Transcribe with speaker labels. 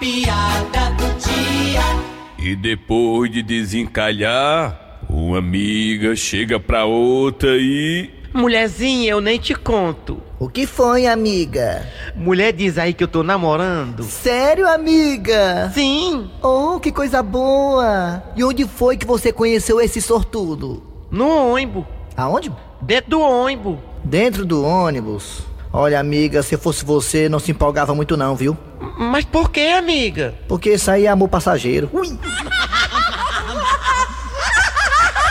Speaker 1: piada do dia.
Speaker 2: E depois de desencalhar, uma amiga chega pra outra e.
Speaker 3: Mulherzinha, eu nem te conto.
Speaker 4: O que foi, amiga?
Speaker 3: Mulher diz aí que eu tô namorando.
Speaker 4: Sério, amiga?
Speaker 3: Sim,
Speaker 4: Oh, que coisa boa! E onde foi que você conheceu esse sortudo?
Speaker 3: no ônibus.
Speaker 4: Aonde?
Speaker 3: Dentro do ônibus.
Speaker 4: Dentro do ônibus. Olha, amiga, se eu fosse você, não se empolgava muito não, viu?
Speaker 3: Mas por que, amiga?
Speaker 4: Porque isso aí é amor passageiro. Ui!